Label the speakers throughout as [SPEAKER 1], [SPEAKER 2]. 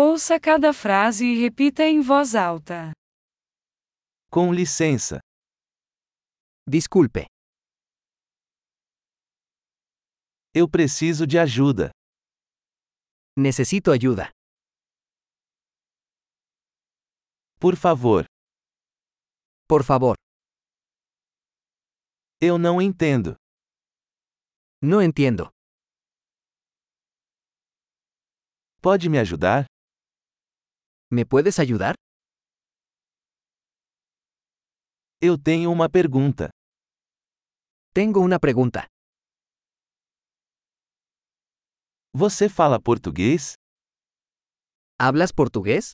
[SPEAKER 1] Ouça cada frase e repita em voz alta.
[SPEAKER 2] Com licença.
[SPEAKER 3] Disculpe,
[SPEAKER 2] Eu preciso de ajuda.
[SPEAKER 3] necesito ayuda.
[SPEAKER 2] Por favor.
[SPEAKER 3] Por favor,
[SPEAKER 2] Eu não entendo.
[SPEAKER 3] no entiendo.
[SPEAKER 2] Pode me ajudar?
[SPEAKER 3] ¿Me puedes ayudar?
[SPEAKER 2] Eu tenho uma pergunta.
[SPEAKER 3] Tengo una pregunta.
[SPEAKER 2] Você fala português?
[SPEAKER 3] ¿Hablas portugués?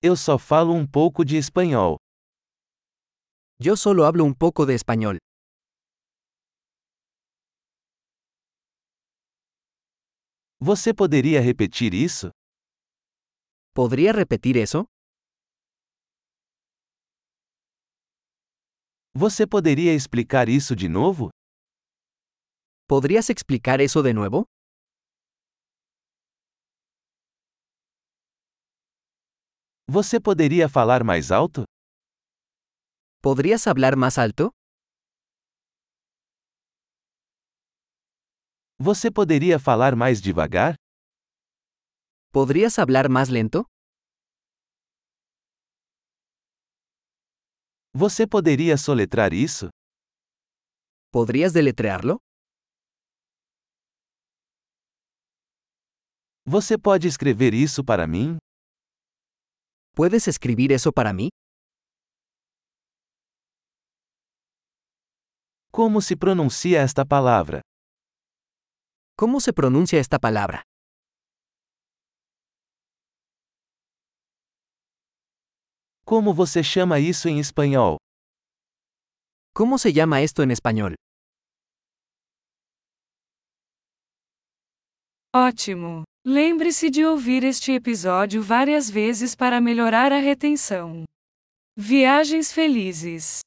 [SPEAKER 2] Eu só falo um pouco de espanhol.
[SPEAKER 3] Yo solo hablo un poco de español.
[SPEAKER 2] Você poderia repetir isso?
[SPEAKER 3] ¿Podría repetir eso?
[SPEAKER 2] Você poderia explicar isso de novo?
[SPEAKER 3] ¿Podrías explicar eso de nuevo?
[SPEAKER 2] Você poderia falar mais alto?
[SPEAKER 3] ¿Podrías hablar más alto?
[SPEAKER 2] Você poderia falar mais devagar?
[SPEAKER 3] ¿Podrías hablar más lento?
[SPEAKER 2] Você poderia soletrar isso?
[SPEAKER 3] ¿Podrías deletrearlo?
[SPEAKER 2] Você pode escrever isso para mim?
[SPEAKER 3] ¿Puedes escribir eso para mí?
[SPEAKER 2] Como se pronuncia esta palavra?
[SPEAKER 3] ¿Cómo se pronuncia esta palabra?
[SPEAKER 2] Como você chama isso em espanhol?
[SPEAKER 3] ¿Cómo se llama esto en español?
[SPEAKER 1] Ótimo! Lembre-se de ouvir este episódio várias vezes para melhorar a retenção. Viagens felizes!